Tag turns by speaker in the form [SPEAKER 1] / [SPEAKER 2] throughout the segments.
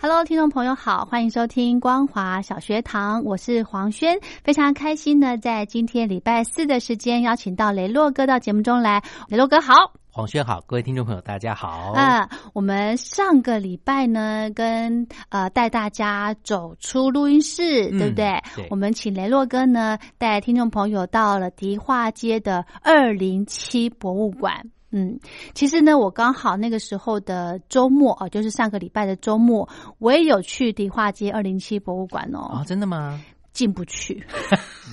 [SPEAKER 1] Hello，听众朋友好，欢迎收听光华小学堂，我是黄轩，非常开心呢，在今天礼拜四的时间邀请到雷洛哥到节目中来，雷洛哥好。
[SPEAKER 2] 黄轩好，各位听众朋友，大家好。
[SPEAKER 1] 啊，我们上个礼拜呢，跟呃带大家走出录音室，
[SPEAKER 2] 嗯
[SPEAKER 1] 对不对？
[SPEAKER 2] 对
[SPEAKER 1] 我们请雷洛哥呢带听众朋友到了迪化街的二零七博物馆。嗯，其实呢，我刚好那个时候的周末哦、就是上个礼拜的周末，我也有去迪化街二零七博物馆
[SPEAKER 2] 啊、
[SPEAKER 1] 哦，
[SPEAKER 2] 真的吗？
[SPEAKER 1] 进不去，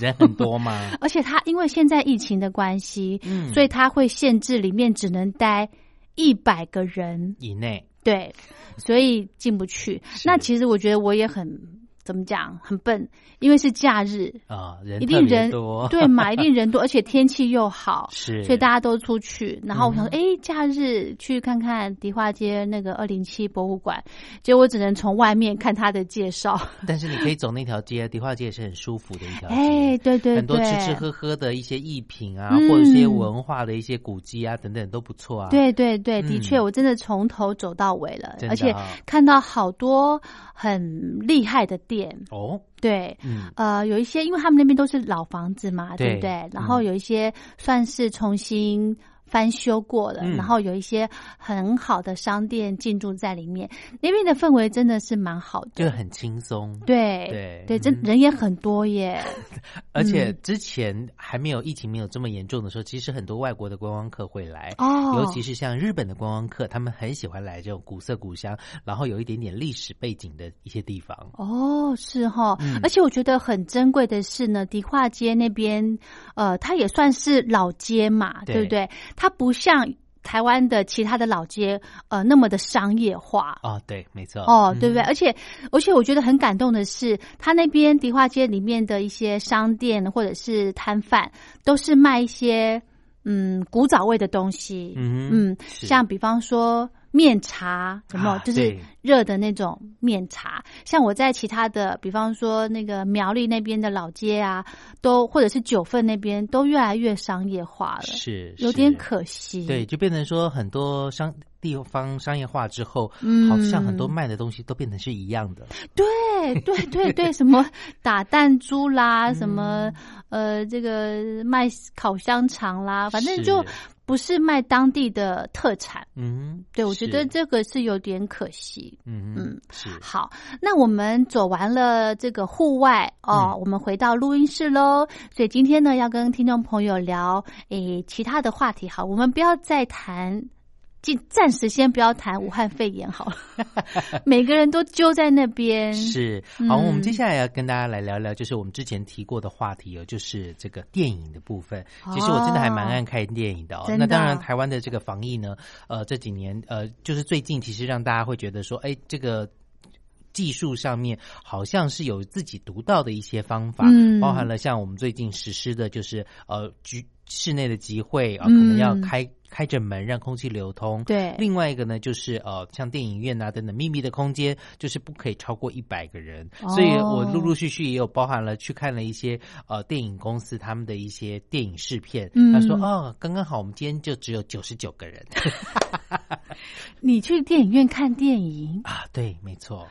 [SPEAKER 2] 人很多吗？
[SPEAKER 1] 而且它因为现在疫情的关系，
[SPEAKER 2] 嗯
[SPEAKER 1] 所以它会限制里面只能待一百个人。
[SPEAKER 2] 以内
[SPEAKER 1] 对，所以进不去。那其实我觉得我也很怎么讲，很笨，因为是假日，
[SPEAKER 2] 啊、人
[SPEAKER 1] 一
[SPEAKER 2] 特
[SPEAKER 1] 定
[SPEAKER 2] 别
[SPEAKER 1] 人
[SPEAKER 2] 多，
[SPEAKER 1] 对嘛，一定人多，而且天气又好，
[SPEAKER 2] 是，
[SPEAKER 1] 所以大家都出去。然后我想说，
[SPEAKER 2] 嗯
[SPEAKER 1] 哎、假日去看看迪化街那个二零七博物馆，结果我只能从外面看他的介绍。
[SPEAKER 2] 但是你可以走那条街，迪化街也是很舒服的一条 街。
[SPEAKER 1] 哎、对对
[SPEAKER 2] 很多
[SPEAKER 1] 对，
[SPEAKER 2] 吃吃喝喝的一些艺品啊，
[SPEAKER 1] 嗯
[SPEAKER 2] 或者一些文化的一些古迹啊，等等都不错啊。，
[SPEAKER 1] 对对对，的
[SPEAKER 2] 嗯
[SPEAKER 1] 确，我真的从头走到尾了，
[SPEAKER 2] 真的
[SPEAKER 1] 而且
[SPEAKER 2] 啊
[SPEAKER 1] 看到好多很厉害的店，
[SPEAKER 2] 哦，
[SPEAKER 1] 对，
[SPEAKER 2] 嗯，
[SPEAKER 1] 呃，有一些，因为他们那边都是老房子嘛，对不
[SPEAKER 2] 对
[SPEAKER 1] 对？然后
[SPEAKER 2] 嗯
[SPEAKER 1] 有一些算是重新翻修过了，
[SPEAKER 2] 嗯
[SPEAKER 1] 然后有一些很好的商店进驻在里面，那边的氛围真的是蛮好
[SPEAKER 2] 就
[SPEAKER 1] 的。
[SPEAKER 2] 很轻松。
[SPEAKER 1] 对
[SPEAKER 2] 对
[SPEAKER 1] 真
[SPEAKER 2] 嗯
[SPEAKER 1] 人也很多 耶。
[SPEAKER 2] 而且之前还没有疫情没有这么严重的时候，其实很多外国的观光客会来，
[SPEAKER 1] 哦
[SPEAKER 2] 尤其是像日本的观光客，他们很喜欢来这种古色古香，然后有一点点历史背景的一些地方。
[SPEAKER 1] 哦，是哈、
[SPEAKER 2] 嗯
[SPEAKER 1] 而且我觉得很珍贵的是呢，迪化街那边，呃，它也算是老街嘛，对
[SPEAKER 2] 对
[SPEAKER 1] 不对？它不像台湾的其他的老街，呃，那么的商业化。
[SPEAKER 2] 哦，对，没错。
[SPEAKER 1] 哦，
[SPEAKER 2] 嗯
[SPEAKER 1] 对不对？而且而且我觉得很感动的是，他那边迪化街里面的一些商店或者是摊贩，都是卖一些嗯古早味的东西，
[SPEAKER 2] 嗯哼
[SPEAKER 1] 嗯，
[SPEAKER 2] 是
[SPEAKER 1] 像比方说。面茶有没有？
[SPEAKER 2] 啊
[SPEAKER 1] 就是
[SPEAKER 2] 对
[SPEAKER 1] 热的那种面茶。像我在其他的，比方说那个苗栗那边的老街啊，都或者是九份那边，都越来越商业化了，
[SPEAKER 2] 是
[SPEAKER 1] 呃有点
[SPEAKER 2] 是
[SPEAKER 1] 可惜。
[SPEAKER 2] 对，就变成说很多商地方商业化之后，
[SPEAKER 1] 嗯
[SPEAKER 2] 好像很多卖的东西都变成是一样的。
[SPEAKER 1] 对对对 对，什么打弹珠
[SPEAKER 2] 嗯
[SPEAKER 1] 啦，什么呃，这个卖烤香肠啦，反正就是不是卖当地的特产。
[SPEAKER 2] 嗯，
[SPEAKER 1] 对，我觉得
[SPEAKER 2] 是
[SPEAKER 1] 这个是有点可惜。
[SPEAKER 2] 嗯
[SPEAKER 1] 嗯
[SPEAKER 2] 嗯是
[SPEAKER 1] 好，那我们走完了这个户外哦，
[SPEAKER 2] 嗯
[SPEAKER 1] 我们回到录音室喽。所以今天呢，要跟听众朋友聊诶其他的话题。好，我们不要再谈，暂暂时先不要谈武汉肺炎好了， 每个人都揪在那边。
[SPEAKER 2] 是好，我
[SPEAKER 1] 嗯
[SPEAKER 2] 们接下来要跟大家来聊聊，就是我们之前提过的话题哦，就是这个电影的部分。其实我真的还蛮
[SPEAKER 1] 哦
[SPEAKER 2] 爱看电影的哦。
[SPEAKER 1] 真的
[SPEAKER 2] 那当然，台湾的这个防疫呢，呃，这几年呃，就是最近其实让大家会觉得说，哎，这个。技术上面好像是有自己独到的一些方法，
[SPEAKER 1] 嗯
[SPEAKER 2] 包含了像我们最近实施的，就是呃局室内的集会啊、呃
[SPEAKER 1] 嗯
[SPEAKER 2] 可能要开、开着门让空气流通。
[SPEAKER 1] 对
[SPEAKER 2] 另外一个呢，就是呃，像电影院啊等等秘密的空间，就是不可以超过一百个人。
[SPEAKER 1] 哦
[SPEAKER 2] 所以我陆陆续续也有包含了去看了一些呃电影公司他们的一些电影试片。
[SPEAKER 1] 嗯
[SPEAKER 2] 他说哦，刚刚好我们今天就只有九十九个人
[SPEAKER 1] 你去电影院看电影，啊
[SPEAKER 2] 啊，对，没错。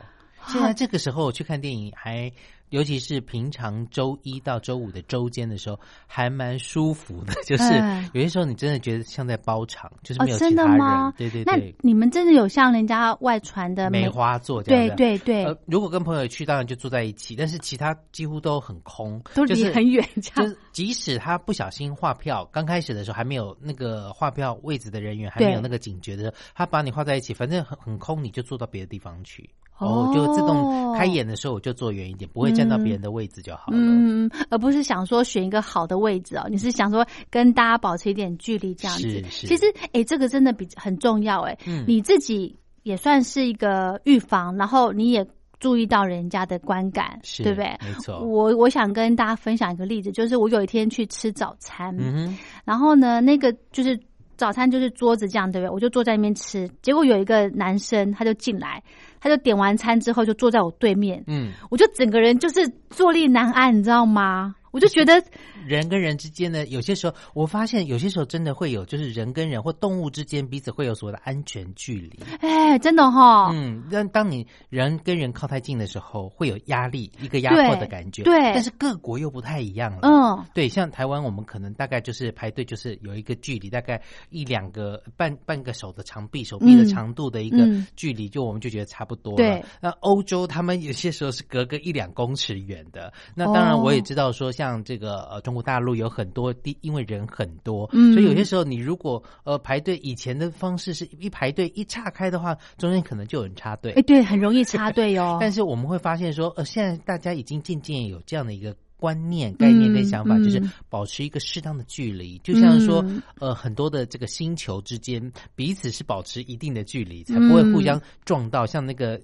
[SPEAKER 2] 现在这个时候去看电影还尤其是平常周一到周五的周间的时候，还蛮舒服的。 就是
[SPEAKER 1] 哎
[SPEAKER 2] 有些时候你真的觉得像在包场，就是
[SPEAKER 1] 哦
[SPEAKER 2] 没有，
[SPEAKER 1] 真
[SPEAKER 2] 其
[SPEAKER 1] 的
[SPEAKER 2] 他人。
[SPEAKER 1] 吗？
[SPEAKER 2] 对对
[SPEAKER 1] 那
[SPEAKER 2] 对，
[SPEAKER 1] 你们真的有像人家外传的
[SPEAKER 2] 梅？花座这样
[SPEAKER 1] 对
[SPEAKER 2] 子。
[SPEAKER 1] 对对，
[SPEAKER 2] 呃，如果跟朋友去，当然就坐在一起，但是其他几乎都很空，
[SPEAKER 1] 都
[SPEAKER 2] 就
[SPEAKER 1] 离
[SPEAKER 2] 是
[SPEAKER 1] 很远，这
[SPEAKER 2] 就
[SPEAKER 1] 样
[SPEAKER 2] 是即使他不小心划票，刚开始的时候还没有那个划票位置的人员还没有
[SPEAKER 1] 对
[SPEAKER 2] 那个警觉的时候，他把你划在一起，反正很很空，你就坐到别的地方去。
[SPEAKER 1] 哦
[SPEAKER 2] 就自动开演的时候我就坐远一点，不会占到别人的位置就好了。
[SPEAKER 1] 嗯，而不是想说选一个好的位置哦，你是想说跟大家保持一点距离这样子
[SPEAKER 2] 是。是
[SPEAKER 1] 其实，哎、这个真的比很重要哎、
[SPEAKER 2] 嗯
[SPEAKER 1] 你自己也算是一个预防，然后你也注意到人家的观感，
[SPEAKER 2] 是哦
[SPEAKER 1] 对不对？
[SPEAKER 2] 没错。
[SPEAKER 1] 我我想跟大家分享一个例子，就是我有一天去吃早餐，
[SPEAKER 2] 嗯
[SPEAKER 1] 然后呢，那个就是早餐就是桌子这样，对不对？我就坐在那边吃，结果有一个男生他就进来，他就点完餐之后就坐在我对面，
[SPEAKER 2] 嗯，
[SPEAKER 1] 我就整个人就是坐立难安，你知道吗？我就觉得
[SPEAKER 2] 人跟人之间呢，有些时候我发现，有些时候真的会有，就是人跟人或动物之间彼此会有所谓的安全距离。
[SPEAKER 1] 哎，真的哈、
[SPEAKER 2] 嗯，但当你人跟人靠太近的时候，会有压力，一个压
[SPEAKER 1] 对
[SPEAKER 2] 迫的感觉。
[SPEAKER 1] 对
[SPEAKER 2] 但是各国又不太一样了。
[SPEAKER 1] 嗯，
[SPEAKER 2] 对，像台湾，我们可能大概就是排队，就是有一个距离，大概一两个半半个手的长臂，手臂的
[SPEAKER 1] 嗯
[SPEAKER 2] 长度的一个
[SPEAKER 1] 嗯
[SPEAKER 2] 距离，就我们就觉得差不多了。
[SPEAKER 1] 对，
[SPEAKER 2] 那欧洲他们有些时候是隔个一两公尺远的。那当然，我也
[SPEAKER 1] 哦
[SPEAKER 2] 知道说，像这个呃中国大陆有很多地，因为人很多，
[SPEAKER 1] 嗯
[SPEAKER 2] 所以有些时候你如果呃排队以前的方式是一排队一岔开的话，中间可能就有人插队。
[SPEAKER 1] 哎，对，很容易插队哦。
[SPEAKER 2] 但是我们会发现说，呃，现在大家已经渐渐有这样的一个观念、概念跟想法，
[SPEAKER 1] 嗯
[SPEAKER 2] 就是保持一个适当的距离，就像说
[SPEAKER 1] 嗯，
[SPEAKER 2] 呃，很多的这个星球之间彼此是保持一定的距离，才不会互相撞到，像那个。呃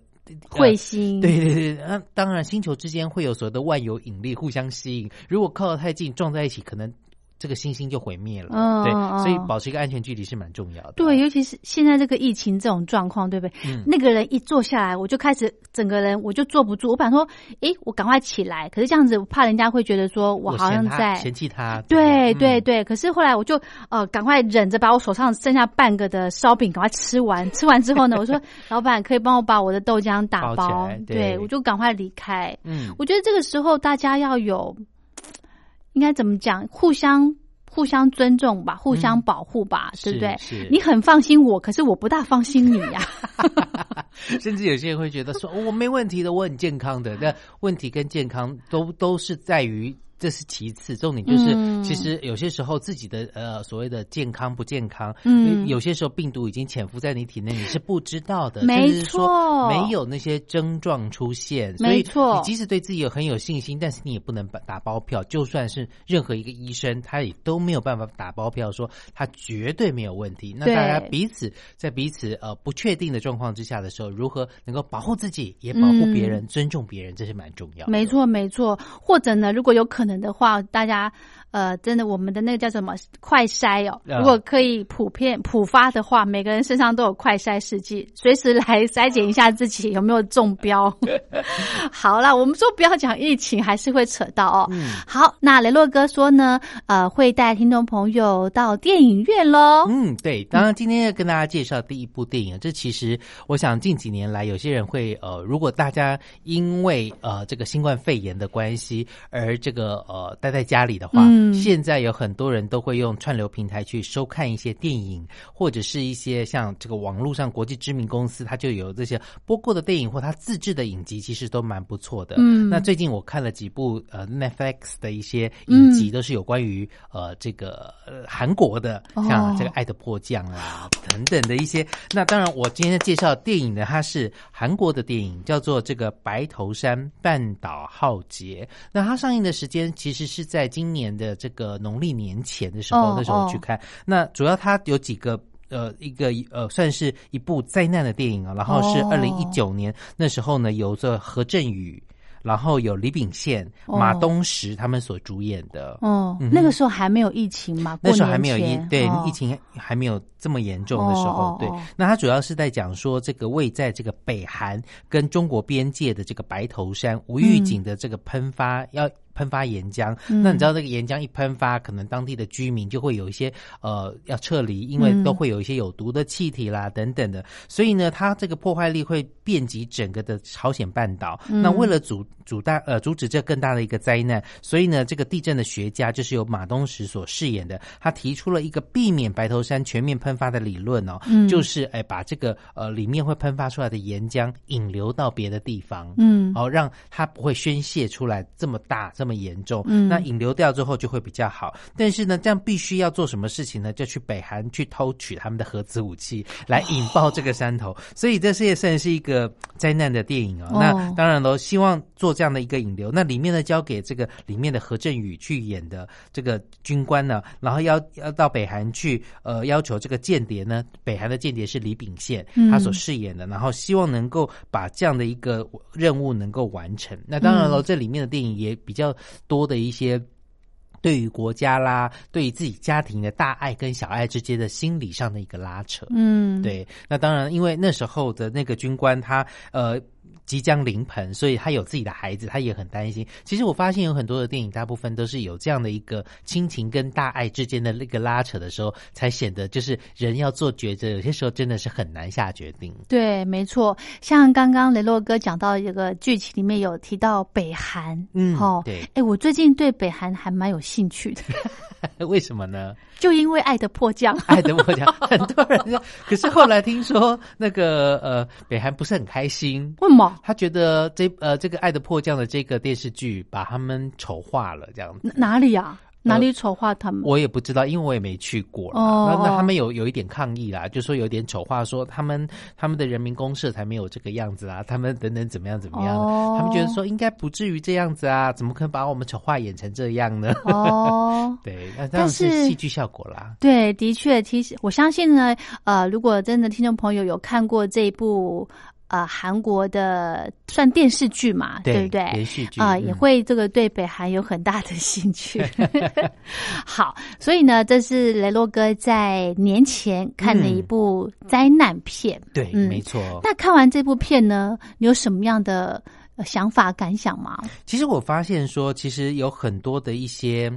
[SPEAKER 1] 彗星，
[SPEAKER 2] 对对对，那当然，星球之间会有所谓的万有引力互相吸引，如果靠得太近撞在一起，可能这个星星就毁灭了。
[SPEAKER 1] 嗯
[SPEAKER 2] 对
[SPEAKER 1] 嗯，
[SPEAKER 2] 所以
[SPEAKER 1] 嗯
[SPEAKER 2] 保持一个安全距离是蛮重要的。
[SPEAKER 1] 对，尤其是现在这个疫情这种状况，对不对？
[SPEAKER 2] 嗯
[SPEAKER 1] 那个人一坐下来，我就开始整个人我就坐不住，我本来说，诶，我赶快起来，可是这样子我怕人家会觉得说我
[SPEAKER 2] 我
[SPEAKER 1] 好
[SPEAKER 2] 嫌
[SPEAKER 1] 像
[SPEAKER 2] 他
[SPEAKER 1] 在
[SPEAKER 2] 嫌弃他。
[SPEAKER 1] 对
[SPEAKER 2] 嗯
[SPEAKER 1] 对对，可是后来我就呃赶快忍着把我手上剩下半个的烧饼赶快吃完， 吃完之后呢，我说老板可以帮我把我的豆浆打
[SPEAKER 2] 包
[SPEAKER 1] 包，
[SPEAKER 2] 起来
[SPEAKER 1] 对
[SPEAKER 2] 对
[SPEAKER 1] 我就赶快离开。
[SPEAKER 2] 嗯，
[SPEAKER 1] 我觉得这个时候大家要有，应该怎么讲，互相互相尊重吧，互相
[SPEAKER 2] 嗯
[SPEAKER 1] 保护吧，对不对？
[SPEAKER 2] 是是
[SPEAKER 1] 你很放心我，可是我不大放心你呀、
[SPEAKER 2] 甚至有些人会觉得说，哦我没问题的，我很健康的。但问题跟健康都都是在于。这是其次，重点就是，
[SPEAKER 1] 嗯
[SPEAKER 2] 其实有些时候自己的呃所谓的健康不健康，
[SPEAKER 1] 嗯
[SPEAKER 2] 有些时候病毒已经潜伏在你体内，你是不知道的，
[SPEAKER 1] 没
[SPEAKER 2] 甚至是说
[SPEAKER 1] 错
[SPEAKER 2] 没有那些症状出现，所
[SPEAKER 1] 没
[SPEAKER 2] 以
[SPEAKER 1] 错
[SPEAKER 2] 你即使对自己有很有信心，但是你也不能把打包票，就算是任何一个医生，他也都没有办法打包票说他绝对没有问题。那
[SPEAKER 1] 对
[SPEAKER 2] 大家彼此在彼此呃不确定的状况之下的时候，如何能够保护自己，也保护别人，尊重别人，这是蛮重要的。
[SPEAKER 1] 嗯没，错，没错。或者呢，如果有可能的话，大家呃，真的我们的那个叫什么快筛哦，
[SPEAKER 2] 啊
[SPEAKER 1] 如果可以普遍普发的话，每个人身上都有快筛试剂，随时来 筛检一下自己有没有中标。好啦，我们说不要讲疫情，还是会扯到哦。
[SPEAKER 2] 嗯
[SPEAKER 1] 好，那雷洛哥说呢，呃，会带听众朋友到电影院喽。
[SPEAKER 2] 嗯，对。当然，今天要跟大家介绍第一部电影，这其实我想近几年来，有些人会呃，如果大家因为呃这个新冠肺炎的关系而这个呃待在家里的话，
[SPEAKER 1] 嗯
[SPEAKER 2] 现在有很多人都会用串流平台去收看一些电影，或者是一些像这个网络上国际知名公司，它就有这些播过的电影或它自制的影集，其实都蛮不错的。
[SPEAKER 1] 嗯
[SPEAKER 2] 那最近我看了几部呃 Netflix 的一些影
[SPEAKER 1] 嗯
[SPEAKER 2] 集，都是有关于呃这个呃韩国的，
[SPEAKER 1] 哦
[SPEAKER 2] 像这个《爱的迫降》啊、等等的一些。那当然，我今天介绍的电影呢，它是韩国的电影，叫做这个《白头山半岛浩劫》。那它上映的时间其实是在今年的这个农历年前的时候，
[SPEAKER 1] 哦
[SPEAKER 2] 那时候去
[SPEAKER 1] 哦
[SPEAKER 2] 看。那主要它有几个。呃，一个呃，算是一部灾难的电影啊，然后是
[SPEAKER 1] 哦
[SPEAKER 2] 二零一九年、那时候呢，由这何振宇，然后有李秉宪、
[SPEAKER 1] 哦
[SPEAKER 2] 马东石他们所主演的。
[SPEAKER 1] 哦，
[SPEAKER 2] 嗯哼
[SPEAKER 1] 那个时候还没有疫情嘛，过
[SPEAKER 2] 那时候还
[SPEAKER 1] 年
[SPEAKER 2] 没有疫
[SPEAKER 1] 前，
[SPEAKER 2] 对、
[SPEAKER 1] 哦
[SPEAKER 2] 疫情还没有这么严重的时
[SPEAKER 1] 哦哦
[SPEAKER 2] 候，对
[SPEAKER 1] 哦。
[SPEAKER 2] 那它主要是在讲说，这个位在这个北韩跟中国边界的这个白头山无预警的这个喷发，要喷发岩浆。
[SPEAKER 1] 嗯
[SPEAKER 2] 那你知道这个岩浆一喷发，可能当地的居民就会有一些呃要撤离，因为
[SPEAKER 1] 嗯
[SPEAKER 2] 都会有一些有毒的气体啦等等的。所以呢，它这个破坏力会遍及整个的朝鲜半岛。
[SPEAKER 1] 嗯
[SPEAKER 2] 那为了阻阻大呃阻止这更大的一个灾难，所以呢，这个地震的学家就是由马东石所饰演的，他提出了一个避免白头山全面喷发的理论哦，
[SPEAKER 1] 嗯
[SPEAKER 2] 就是哎把这个呃里面会喷发出来的岩浆引流到别的地方，
[SPEAKER 1] 嗯
[SPEAKER 2] 哦，让它不会宣泄出来这么大、这么严重。
[SPEAKER 1] 嗯
[SPEAKER 2] 那引流掉之后就会比较好。但是呢，这样必须要做什么事情呢？就去北韩去偷取他们的核子武器，来引爆这个山头。所以这是也算是一个灾难的电影哦。
[SPEAKER 1] 哦
[SPEAKER 2] 那当然喽，希望做这样的一个引流。那里面呢，交给这个里面的何振宇去演的这个军官呢，然后要要到北韩去，呃，要求这个间谍呢，北韩的间谍是李秉宪，
[SPEAKER 1] 嗯
[SPEAKER 2] 他所饰演的，然后希望能够把这样的一个任务能够完成。那当然了，这里面的电影也比较多的一些。对于国家啦，对于自己家庭的大爱跟小爱之间的心理上的一个拉扯，
[SPEAKER 1] 嗯，，
[SPEAKER 2] 对，那当然，因为那时候的那个军官他呃即将临盆，所以他有自己的孩子，他也很担心。其实我发现有很多的电影，大部分都是有这样的一个亲情跟大爱之间的那个拉扯的时候，才显得就是人要做抉择，有些时候真的是很难下决定。
[SPEAKER 1] 对，没错。像刚刚雷洛哥讲到一个剧情里面有提到北韩，
[SPEAKER 2] 嗯
[SPEAKER 1] 哦，
[SPEAKER 2] 对
[SPEAKER 1] 哎，我最近对北韩还蛮有兴趣的，
[SPEAKER 2] 为什么呢？
[SPEAKER 1] 就因为《爱的迫降》
[SPEAKER 2] 爱德我讲，很多人说，可是后来听说那个呃北韩不是很开心。
[SPEAKER 1] 为什么？
[SPEAKER 2] 他觉得这呃这个《爱的迫降》的这个电视剧把他们丑化了，这样子
[SPEAKER 1] 哪哪里啊？哪里丑化他们？
[SPEAKER 2] 我也不知道，因为我也没去过啦。
[SPEAKER 1] 哦
[SPEAKER 2] 那那
[SPEAKER 1] 哦
[SPEAKER 2] 他们有有一点抗议啦，就说有点丑话，说他们他们的人民公社才没有这个样子啊， 他们等等怎么样怎么样的，
[SPEAKER 1] 哦
[SPEAKER 2] 他们觉得说应该不至于这样子啊，怎么可能把我们丑话演成这样呢？，
[SPEAKER 1] 哦
[SPEAKER 2] 对，那当
[SPEAKER 1] 但
[SPEAKER 2] 然
[SPEAKER 1] 是
[SPEAKER 2] 是戏剧效果啦。
[SPEAKER 1] 对，的确，其实我相信呢，呃，如果真的听众朋友有看过这一部呃韩国的算电视剧嘛，对不对？
[SPEAKER 2] 连续剧
[SPEAKER 1] 啊、也
[SPEAKER 2] 嗯
[SPEAKER 1] 会这个对北韩有很大的兴趣。 好，所以呢，这是雷洛哥在年前看的一
[SPEAKER 2] 嗯哦
[SPEAKER 1] 部灾难片。
[SPEAKER 2] 对，
[SPEAKER 1] 嗯
[SPEAKER 2] 没错。
[SPEAKER 1] 那看完这部片呢，你有什么样的呃想法、感想吗？
[SPEAKER 2] 其实我发现说，其实有很多的一些。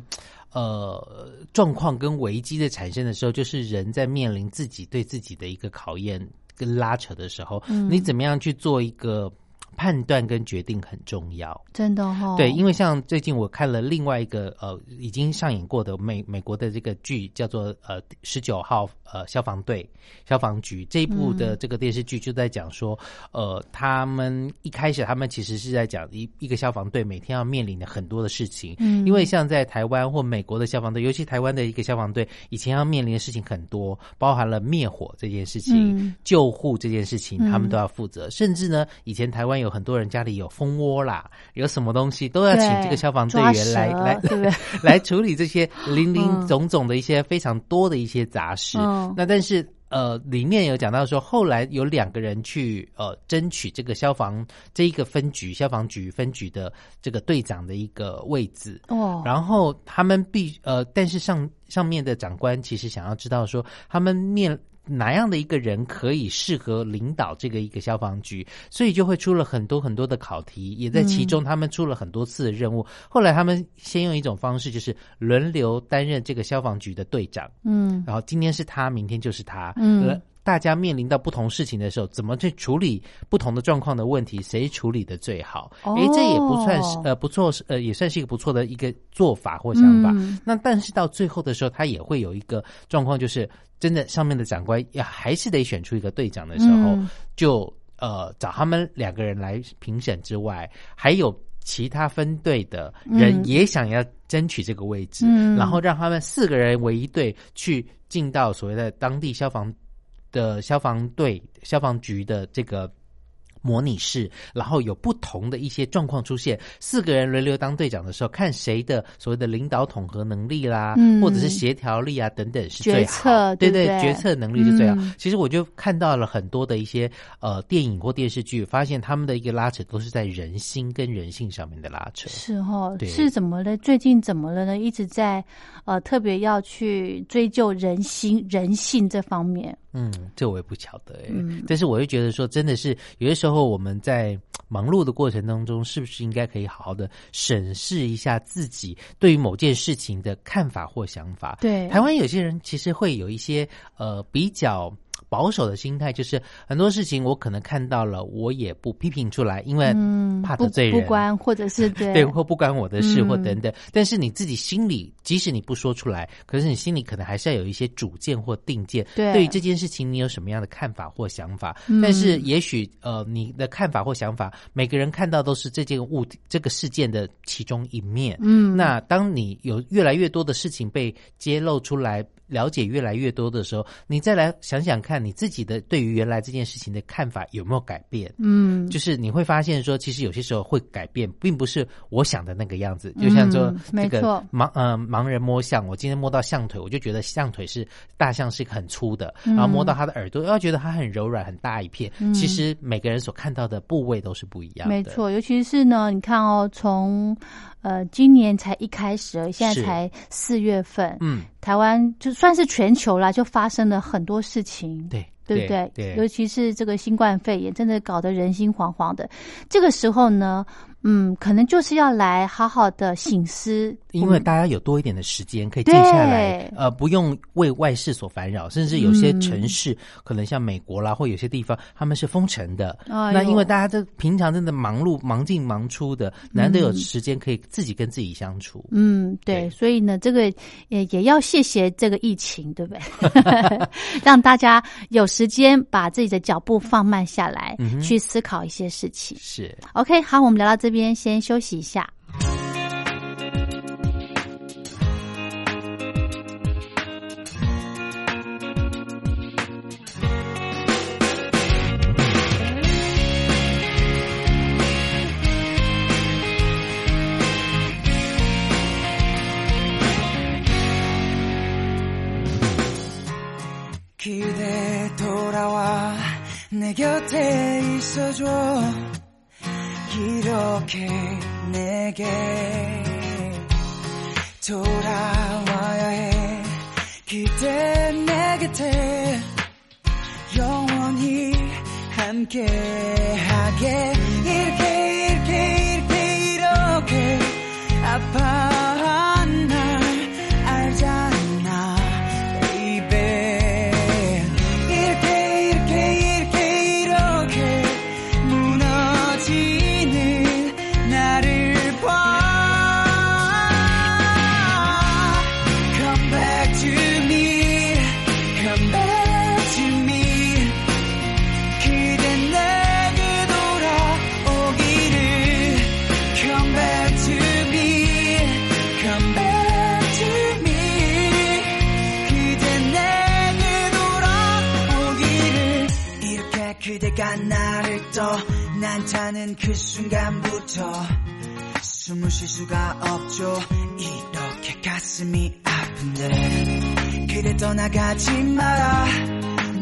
[SPEAKER 2] 呃，状况跟危机的产生的时候，就是人在面临自己对自己的一个考验跟拉扯的时候，你怎么样去做一个判断跟决定很重要。
[SPEAKER 1] 真的哦，
[SPEAKER 2] 对，因为像最近我看了另外一个呃已经上演过的美美国的这个剧，叫做呃十九号呃消防队消防局这一部的
[SPEAKER 1] 嗯
[SPEAKER 2] 这个电视剧就在讲说，呃他们一开始他们其实是在讲一一个消防队每天要面临的很多的事情，
[SPEAKER 1] 嗯
[SPEAKER 2] 因为像在台湾或美国的消防队，尤其台湾的一个消防队以前要面临的事情很多，包含了灭火这件事情、
[SPEAKER 1] 嗯
[SPEAKER 2] 救护这件事情，
[SPEAKER 1] 嗯
[SPEAKER 2] 他们都要负责，甚至呢以前台湾有很多人家里有蜂窝啦，有什么东西都要请这个消防队员来
[SPEAKER 1] 抓蛇
[SPEAKER 2] 来
[SPEAKER 1] 对不对
[SPEAKER 2] 来处理这些零
[SPEAKER 1] 嗯
[SPEAKER 2] 零总总的一些非常多的一些杂事。
[SPEAKER 1] 嗯
[SPEAKER 2] 那但是呃，里面有讲到说，后来有两个人去呃争取这个消防这一个分局消防局分局的这个队长的一个位置。
[SPEAKER 1] 哦，
[SPEAKER 2] 然后他们必呃，但是上上面的长官其实想要知道说，他们面哪样的一个人可以适合领导这个一个消防局，所以就会出了很多很多的考题，也在其中他们出了很多次的任务。后来他们先用一种方式，就是轮流担任这个消防局的队长，
[SPEAKER 1] 嗯
[SPEAKER 2] 然后今天是他，明天就是他，
[SPEAKER 1] 嗯
[SPEAKER 2] 呃。大家面临到不同事情的时候，怎么去处理不同的状况的问题，谁处理的最好？
[SPEAKER 1] 哦
[SPEAKER 2] 诶，这也不算是呃不错是，呃也算是一个不错的一个做法或想法。
[SPEAKER 1] 嗯
[SPEAKER 2] 那但是到最后的时候，他也会有一个状况，就是真的上面的长官呀，还是得选出一个队长的时候，
[SPEAKER 1] 嗯
[SPEAKER 2] 就呃找他们两个人来评审之外，还有。其他分队的人
[SPEAKER 1] 嗯
[SPEAKER 2] 也想要争取这个位置，
[SPEAKER 1] 嗯
[SPEAKER 2] 然后让他们四个人为一队去进到所谓的当地消防的消防队、消防局的这个模拟室，然后有不同的一些状况出现。四个人轮流当队长的时候，看谁的所谓的领导统合能力啦，
[SPEAKER 1] 嗯
[SPEAKER 2] 或者是协调力啊等等是最
[SPEAKER 1] 决
[SPEAKER 2] 好，
[SPEAKER 1] 策
[SPEAKER 2] 对
[SPEAKER 1] 对不对
[SPEAKER 2] 决策能力是最好。
[SPEAKER 1] 嗯
[SPEAKER 2] 其实我就看到了很多的一些呃电影或电视剧，发现他们的一个拉扯都是在人心跟人性上面的拉扯。
[SPEAKER 1] 是哦，
[SPEAKER 2] 对
[SPEAKER 1] 是怎么了？最近怎么了呢？一直在呃，特别要去追究人心、人性这方面。
[SPEAKER 2] 嗯，这我也不晓得哎、
[SPEAKER 1] 嗯
[SPEAKER 2] 但是我会觉得说，真的是有些时候我们在忙碌的过程当中，是不是应该可以好好的审视一下自己对于某件事情的看法或想法？
[SPEAKER 1] 对
[SPEAKER 2] 台湾有些人其实会有一些呃比较。保守的心态就是很多事情我可能看到了，我也不批评出来，因为
[SPEAKER 1] 嗯，
[SPEAKER 2] 怕
[SPEAKER 1] 不
[SPEAKER 2] 得罪人，
[SPEAKER 1] 不关，或者 是对
[SPEAKER 2] 对，或不关我的事，
[SPEAKER 1] 嗯
[SPEAKER 2] 或等等。但是你自己心里，即使你不说出来，可是你心里可能还是要有一些主见或定见。
[SPEAKER 1] 对嗯
[SPEAKER 2] 对于这件事情，你有什么样的看法或想法？但是也许呃，你的看法或想法，每个人看到都是这件物体这个事件的其中一面。
[SPEAKER 1] 嗯，
[SPEAKER 2] 那当你有越来越多的事情被揭露出来，了解越来越多的时候，你再来想想看，你自己的对于原来这件事情的看法有没有改变？
[SPEAKER 1] 嗯，
[SPEAKER 2] 就是你会发现说，其实有些时候会改变，并不是我想的那个样子。就像说
[SPEAKER 1] 嗯
[SPEAKER 2] 这
[SPEAKER 1] 没
[SPEAKER 2] 个
[SPEAKER 1] 错
[SPEAKER 2] 盲呃盲人摸象，我今天摸到象腿，我就觉得象腿是大象是很粗的，
[SPEAKER 1] 嗯
[SPEAKER 2] 然后摸到它的耳朵，要觉得它很柔软很大一片。其实每个人所看到的部位都是不一样的。
[SPEAKER 1] 没，错，尤其是呢，你看哦，从呃今年才一开始而已，现在
[SPEAKER 2] 是
[SPEAKER 1] 才四月份，
[SPEAKER 2] 嗯，
[SPEAKER 1] 台湾就算是全球啦，就发生了很多事情。
[SPEAKER 2] 对
[SPEAKER 1] 对不对？
[SPEAKER 2] 对，
[SPEAKER 1] 尤其是这个新冠肺炎，真的搞得人心惶惶的。这个时候呢，嗯，可能就是要来好好的醒思，
[SPEAKER 2] 因为大家有多一点的时间可以
[SPEAKER 1] 对
[SPEAKER 2] 静下来，呃，不用为外事所烦扰，甚至有些
[SPEAKER 1] 嗯
[SPEAKER 2] 城市，可能像美国啦，或有些地方他们是封城的。
[SPEAKER 1] 哎呦
[SPEAKER 2] 那因为大家这平常真的忙碌、忙进忙出的，难得有时间可以自己跟自己相处。
[SPEAKER 1] 嗯，
[SPEAKER 2] 对
[SPEAKER 1] 对，所以呢，这个也也要谢谢这个疫情，对不 对？ 让大家有时间把自己的脚步放慢下来，
[SPEAKER 2] 嗯哼
[SPEAKER 1] 去思考一些事情。
[SPEAKER 2] 是
[SPEAKER 1] OK，好，我们聊到这边，先休息一下。
[SPEAKER 3] 기대 돌아와 내 곁에 있어줘 이렇게 내게 돌아와야 해 그대 내 곁에 영원히 함께하게 이렇게 이렇게 이렇게 이렇게 아파한 날 알잖아 baby 이렇게 이렇게 이렇게 이렇게 무너지는 나를 봐 Come back to me Come back to me 그댄 내게 돌아오기를 Come back to me Come back to me 그댄 내게 돌아오기를 이렇게 그대가 나를 떠난 자는 그 순간부터 숨을 쉴 수가 없죠 이렇게 가슴이 아픈데 그대 떠나가지 마라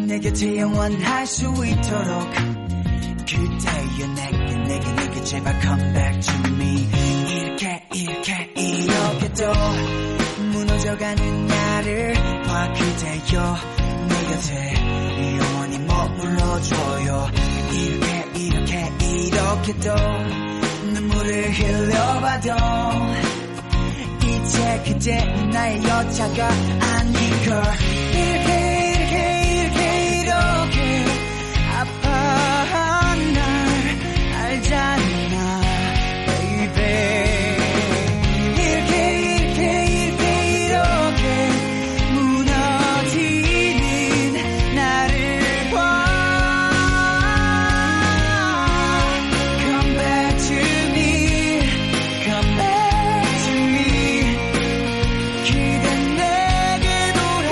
[SPEAKER 3] 내 곁에 영원할 수 있도록 그대여 내게 내게 내게 제발 come back to me 이렇게 이렇게 이렇게 또 무너져가는 나를 봐 그대여 내 곁에 영원히 머물러줘요 이렇게 이렇게 이렇게 또 눈물을 흘려봐도 이제 그대 나의 여자가 아닌걸 이렇게 이렇게 이렇게 이렇게 아파한 날 알잖아 baby 이렇게 이렇게 이렇게 이렇게 무너지는 나를 봐 Come back to me, come back to me. 기댄 내게 돌아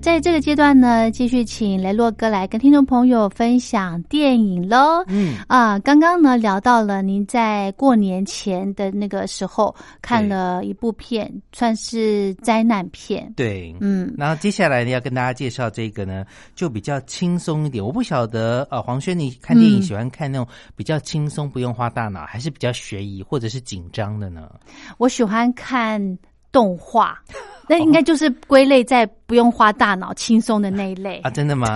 [SPEAKER 1] 在这个阶段呢，继续请雷洛哥来跟听众朋友分享电影喽。
[SPEAKER 2] 嗯，
[SPEAKER 1] 啊，刚刚呢聊到了您在过年前的那个时候看了一部片，算是灾难片。
[SPEAKER 2] 对，
[SPEAKER 1] 嗯，
[SPEAKER 2] 然后接下来呢，要跟大家介绍这个呢，就比较轻松一点。我不晓得呃，黄轩，你看电影
[SPEAKER 1] 嗯
[SPEAKER 2] 喜欢看那种比较轻松、不用花大脑，还是比较悬疑或者是紧张的呢？
[SPEAKER 1] 我喜欢看动 画，那应该就是归类在不用花大脑、轻松的那一类。
[SPEAKER 2] 啊，真的吗？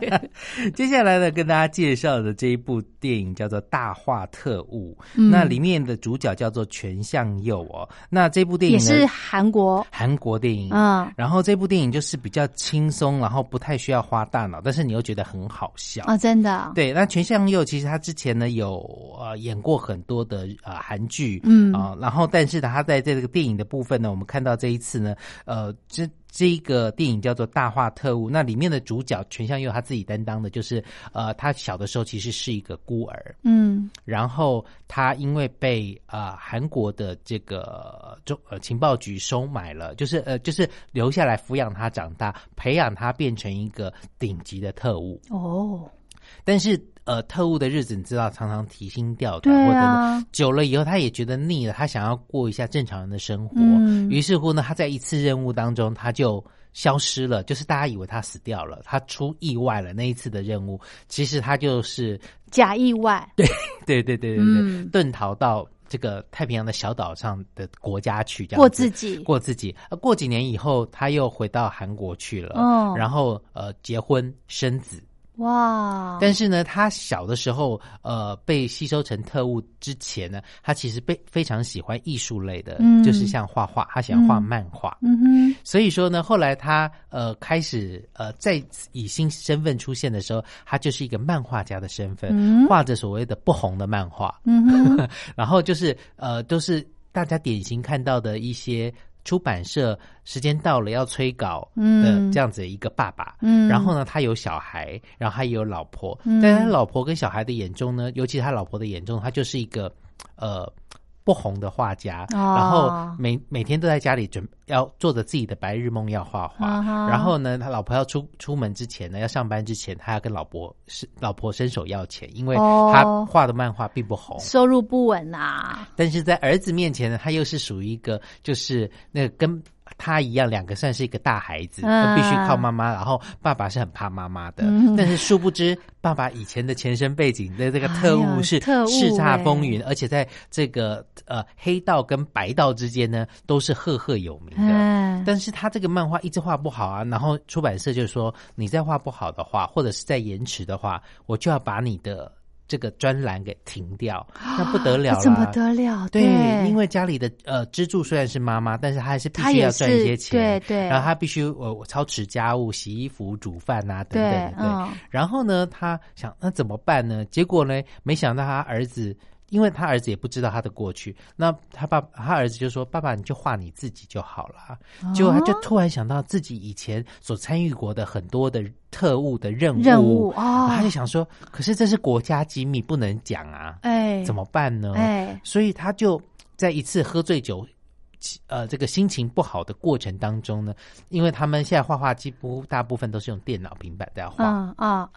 [SPEAKER 2] 接下来呢，跟大家介绍的这一部电影叫做《大话特务》，
[SPEAKER 1] 嗯
[SPEAKER 2] 那里面的主角叫做全相佑哦。那这部电影
[SPEAKER 1] 也
[SPEAKER 2] 呢
[SPEAKER 1] 是韩国，
[SPEAKER 2] 韩国电影，
[SPEAKER 1] 嗯
[SPEAKER 2] 然后这部电影就是比较轻松，然后不太需要花大脑，但是你又觉得很好笑。
[SPEAKER 1] 啊，真的，
[SPEAKER 2] 对，那全相佑其实他之前呢有呃演过很多的呃韩剧，
[SPEAKER 1] 嗯
[SPEAKER 2] 啊、然后但是他在这个电影的部分呢，我们看到这一次呢，呃，这这一个电影叫做《大话特务》，那里面的主角全相佑他自己担当的就是呃，他小的时候其实是一个孤儿，
[SPEAKER 1] 嗯
[SPEAKER 2] 然后他因为被呃韩国的这个中呃情报局收买了，就是呃就是留下来抚养他长大，培养他变成一个顶级的特务。
[SPEAKER 1] 哦，
[SPEAKER 2] 但是呃，特务的日子你知道，常常提心吊胆，
[SPEAKER 1] 对啊
[SPEAKER 2] 或者呢久了以后，他也觉得腻了，他想要过一下正常人的生活。
[SPEAKER 1] 嗯
[SPEAKER 2] 于是乎呢，他在一次任务当中，他就消失了，就是大家以为他死掉了，他出意外了。那一次的任务，其实他就是
[SPEAKER 1] 假意外，
[SPEAKER 2] 对对对对对，
[SPEAKER 1] 嗯
[SPEAKER 2] 遁逃到这个太平洋的小岛上的国家去，这样
[SPEAKER 1] 过
[SPEAKER 2] 子
[SPEAKER 1] 自己，
[SPEAKER 2] 啊过自己。呃过几年以后，他又回到韩国去了，
[SPEAKER 1] 哦
[SPEAKER 2] 然后呃结婚生子。
[SPEAKER 1] 哇，
[SPEAKER 2] 但
[SPEAKER 1] 是
[SPEAKER 2] 是呢，他小的时候，呃，被吸收成特务之前呢，他其实被非常喜欢艺术类的，
[SPEAKER 1] 嗯
[SPEAKER 2] 就是像画画，他喜欢画
[SPEAKER 1] 嗯
[SPEAKER 2] 漫画。
[SPEAKER 1] 嗯哼，
[SPEAKER 2] 所以说呢，后来他呃开始呃在以新身份出现的时候，他就是一个漫画家的身份，
[SPEAKER 1] 嗯
[SPEAKER 2] 画着所谓的不红的漫画，
[SPEAKER 1] 嗯 哼，
[SPEAKER 2] 然后就是呃都是大家典型看到的一些出版社时间到了要催稿的
[SPEAKER 1] 嗯
[SPEAKER 2] 这样子一个爸爸，
[SPEAKER 1] 嗯
[SPEAKER 2] 然后呢，他有小孩，然后他也有老婆，
[SPEAKER 1] 嗯
[SPEAKER 2] 但他老婆跟小孩的眼中呢，尤其他老婆的眼中，他就是一个呃不红的画家，
[SPEAKER 1] 哦
[SPEAKER 2] 然后每每天都在家里准要做着自己的白日梦，要画画，
[SPEAKER 1] 啊哈
[SPEAKER 2] 然后呢，他老婆要出出门之前呢，要上班之前，他要跟老婆是老婆伸手要钱，因为
[SPEAKER 1] 哦
[SPEAKER 2] 他画的漫画并不红，
[SPEAKER 1] 收入不稳啊，
[SPEAKER 2] 但是在儿子面前呢，他又是属于一个就是那个跟。他一样，两个算是一个大孩子，
[SPEAKER 1] 嗯
[SPEAKER 2] 必须靠妈妈。然后爸爸是很怕妈妈的，
[SPEAKER 1] 嗯
[SPEAKER 2] 但是殊不知，爸爸以前的前身背景的这个特
[SPEAKER 1] 哎
[SPEAKER 2] 务
[SPEAKER 1] 呦
[SPEAKER 2] 是
[SPEAKER 1] 特务
[SPEAKER 2] 叱咤
[SPEAKER 1] 哎
[SPEAKER 2] 风云，而且在这个呃黑道跟白道之间呢，都是赫赫有名的。
[SPEAKER 1] 嗯，
[SPEAKER 2] 但是他这个漫画一直画不好啊，然后出版社就说你再画不好的话，或者是再延迟的话，我就要把你的这个专栏给停掉，那不得了
[SPEAKER 1] 那
[SPEAKER 2] 了，
[SPEAKER 1] 啊怎么得了？
[SPEAKER 2] 对，因为家里的呃支柱虽然是妈妈，但是她还是必
[SPEAKER 1] 她
[SPEAKER 2] 须
[SPEAKER 1] 也
[SPEAKER 2] 要赚一
[SPEAKER 1] 是
[SPEAKER 2] 些钱，
[SPEAKER 1] 对对
[SPEAKER 2] 然后她必须呃操持家务、洗衣服、煮饭啊等
[SPEAKER 1] 对
[SPEAKER 2] 等的，对。
[SPEAKER 1] 嗯
[SPEAKER 2] 然后呢，她想那怎么办呢？结果呢，没想到她儿子。因为他儿子也不知道他的过去，那他爸他儿子就说：“爸爸，你就画你自己就好了。”
[SPEAKER 1] 哦
[SPEAKER 2] 结果他就突然想到自己以前所参与过的很多的特务的任务，啊
[SPEAKER 1] 任务
[SPEAKER 2] 然
[SPEAKER 1] 哦
[SPEAKER 2] 后他就想说：“可是这是国家机密，不能讲啊，
[SPEAKER 1] 哎，
[SPEAKER 2] 怎么办呢？”
[SPEAKER 1] 哎，
[SPEAKER 2] 所以他就在一次喝醉酒，呃，这个心情不好的过程当中呢，因为他们现在画画几乎大部分都是用电脑、平板在画，
[SPEAKER 1] 嗯啊，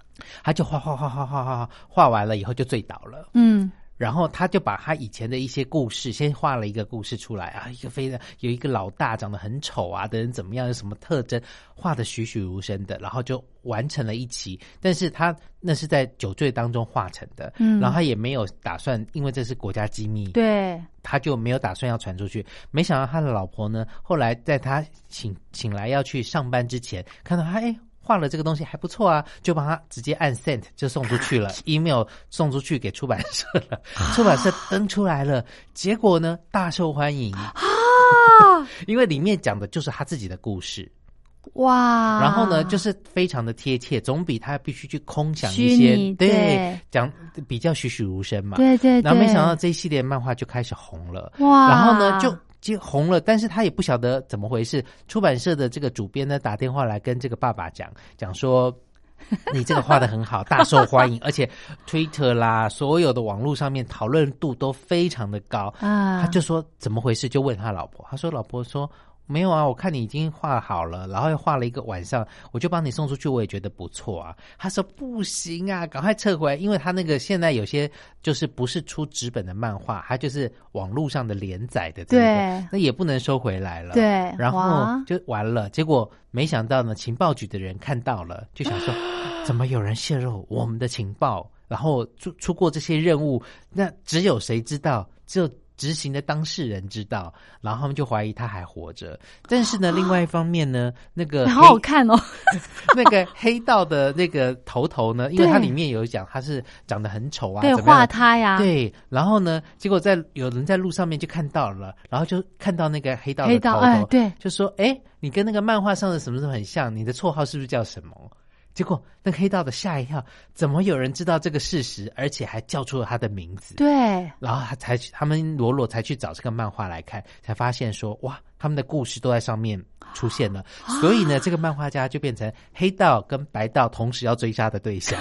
[SPEAKER 2] 他就画画画画画画画完了以后就醉倒了。
[SPEAKER 1] 嗯
[SPEAKER 2] 然后他就把他以前的一些故事，先画了一个故事出来啊，一个非常有一个老大长得很丑啊的人怎么样，有什么特征，画的栩栩如生的，然后就完成了一期。但是他那是在酒醉当中画成的，
[SPEAKER 1] 嗯
[SPEAKER 2] 然后他也没有打算，因为这是国家机密，
[SPEAKER 1] 对，
[SPEAKER 2] 他就没有打算要传出去。没想到他的老婆呢，后来在他醒醒来要去上班之前，看到他哎画了这个东西还不错啊，就把他直接按 send 就送出 去了，email 送出去给出版社了，出版社登出来了，结果呢大受 欢迎啊，因为里面讲的就是他自己的故事。
[SPEAKER 1] 哇，
[SPEAKER 2] 然后呢，就是非常的贴切，总比他必须去空想
[SPEAKER 1] 虚
[SPEAKER 2] 一些
[SPEAKER 1] 拟对
[SPEAKER 2] 讲比较栩栩如生嘛。
[SPEAKER 1] 对对，
[SPEAKER 2] 然后没想到
[SPEAKER 1] 对
[SPEAKER 2] 这一系列漫画就开始红了，
[SPEAKER 1] 哇，
[SPEAKER 2] 然后呢就。就红了，但是他也不晓得怎么回事。出版社的这个主编呢，打电话来跟这个爸爸讲，讲说 你这个画的很好，大受欢迎，而且 Twitter 啦，所有的网络上面讨论度都非常的高。
[SPEAKER 1] 啊，
[SPEAKER 2] 他就说怎么回事，就问他老婆，他说老婆说没有啊，我看你已经画好了，然后又画了一个晚上，我就帮你送出去，我也觉得不错啊。他说不行啊，赶快撤回来，因为他那个现在有些就是不是出纸本的漫画，他就是网络上的连载的、这个，
[SPEAKER 1] 对
[SPEAKER 2] 那也不能收回来了，
[SPEAKER 1] 对
[SPEAKER 2] 然后
[SPEAKER 1] 哎哇
[SPEAKER 2] 就完了。结果没想到呢，情报局的人看到了，就想说 怎么有人泄露我们的情报，然后出出过这些任务，那只有谁知道？只有执行的当事人知道，然后他们就怀疑他还活着。但是呢，另外一方面呢，那 个
[SPEAKER 1] 啊好好
[SPEAKER 2] 黑
[SPEAKER 1] 看哦，
[SPEAKER 2] 那个黑道的那个头头呢，因为
[SPEAKER 1] 对
[SPEAKER 2] 它里面有讲他是长得很丑啊，
[SPEAKER 1] 对，
[SPEAKER 2] 怎么样
[SPEAKER 1] 画他呀，
[SPEAKER 2] 对，然后呢，结果在有人在路上面就看到了，然后就看到那个黑道
[SPEAKER 1] 黑
[SPEAKER 2] 的
[SPEAKER 1] 道
[SPEAKER 2] 头头，
[SPEAKER 1] 哎对
[SPEAKER 2] 就说：“哎，你跟那个漫画上的什么什么很像，你的绰号是不是叫什么？”结果那个黑道的吓一跳，怎么有人知道这个事实，而且还叫出了他的名字？
[SPEAKER 1] 对，
[SPEAKER 2] 然后他才去他们罗罗才去找这个漫画来看，才发现说哇，他们的故事都在上面出现了。所以呢，这个漫画家就变成黑道跟白道同时要追杀的对象。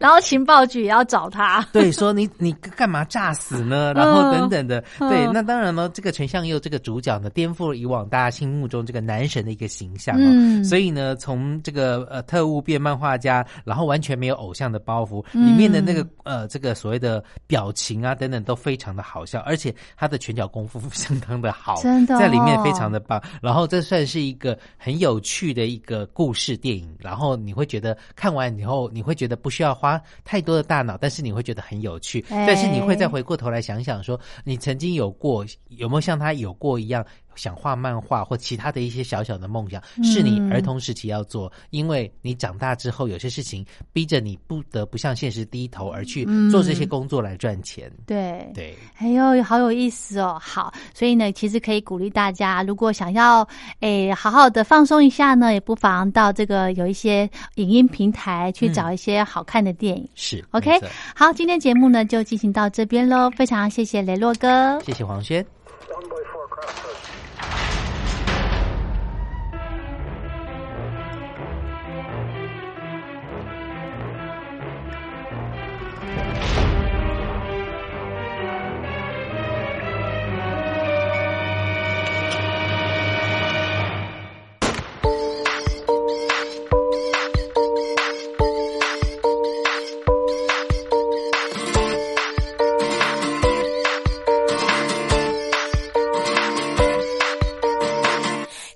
[SPEAKER 1] 然后情报局也要找他，
[SPEAKER 2] 对，说你你干嘛炸死呢？然后等等的，
[SPEAKER 1] 嗯
[SPEAKER 2] 对，那当然呢，这个全相佑这个主角呢，颠覆了以往大家心目中这个男神的一个形象、哦，
[SPEAKER 1] 嗯
[SPEAKER 2] 所以呢，从这个呃特务变漫画家，然后完全没有偶像的包袱，
[SPEAKER 1] 嗯
[SPEAKER 2] 里面的那个呃这个所谓的表情啊等等都非常的好笑，而且他的拳脚功夫 相当的好，啊
[SPEAKER 1] 真的哦
[SPEAKER 2] 在里面非常的棒。然后这算是一个很有趣的一个故事电影，然后你会觉得看完以后，你会觉得不需要花太多的大脑，但是你会觉得很有趣，
[SPEAKER 1] 哎
[SPEAKER 2] 但是你会再回过头来想想说，你曾经有过有没有像他有过一样想画漫画或其他的一些小小的梦想，是你
[SPEAKER 1] 嗯
[SPEAKER 2] 儿童时期要做，因为你长大之后有些事情逼着你不得不向现实低头而去
[SPEAKER 1] 嗯
[SPEAKER 2] 做这些工作来赚钱。
[SPEAKER 1] 对。
[SPEAKER 2] 对，
[SPEAKER 1] 哎呦，好有意思哦！好，所以呢，其实可以鼓励大家，如果想要诶好好的放松一下呢，也不妨到这个有一些影音平台去
[SPEAKER 2] 嗯
[SPEAKER 1] 找一些好看的电影。
[SPEAKER 2] 是
[SPEAKER 1] OK，
[SPEAKER 2] 没错
[SPEAKER 1] 好，今天节目呢就进行到这边喽，非常谢谢雷洛哥。
[SPEAKER 2] 谢谢黄轩。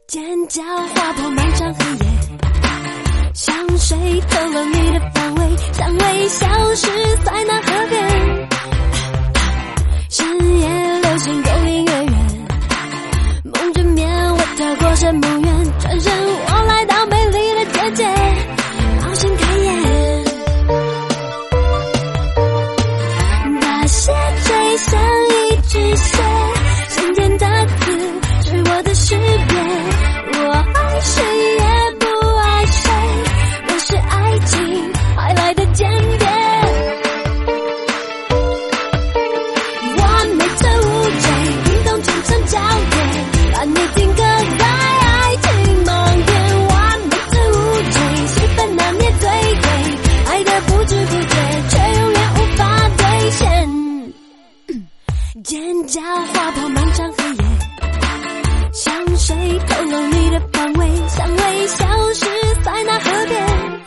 [SPEAKER 4] 尖叫，划破漫长黑夜，香水透露你的范围，香味消失在那河边，深夜流行勾引月圆，梦枕眠，我跳过圣母院，转身我来到美丽的姐姐，冒险开眼。那些追像一只鞋，鲜艳的字是我的识别。我爱谁也不爱谁，我是爱情派来的间谍。完美的误解，运动全成焦点，把你定格在爱情盲点。完美的误解，戏份难免对垒，爱的不知不觉，却永远无法兑现。尖叫，划破漫长黑夜，香水透露你的范围，香味消失在那河边。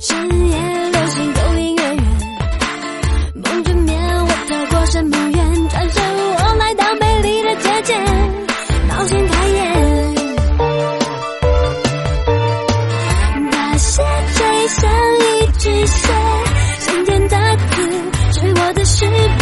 [SPEAKER 4] 深夜流行勾引月圆。梦着眠，我跳过圣母院，转身我来到美丽的街间，冒险开眼。那些追像一只鞋，鲜艳的字是我的识别。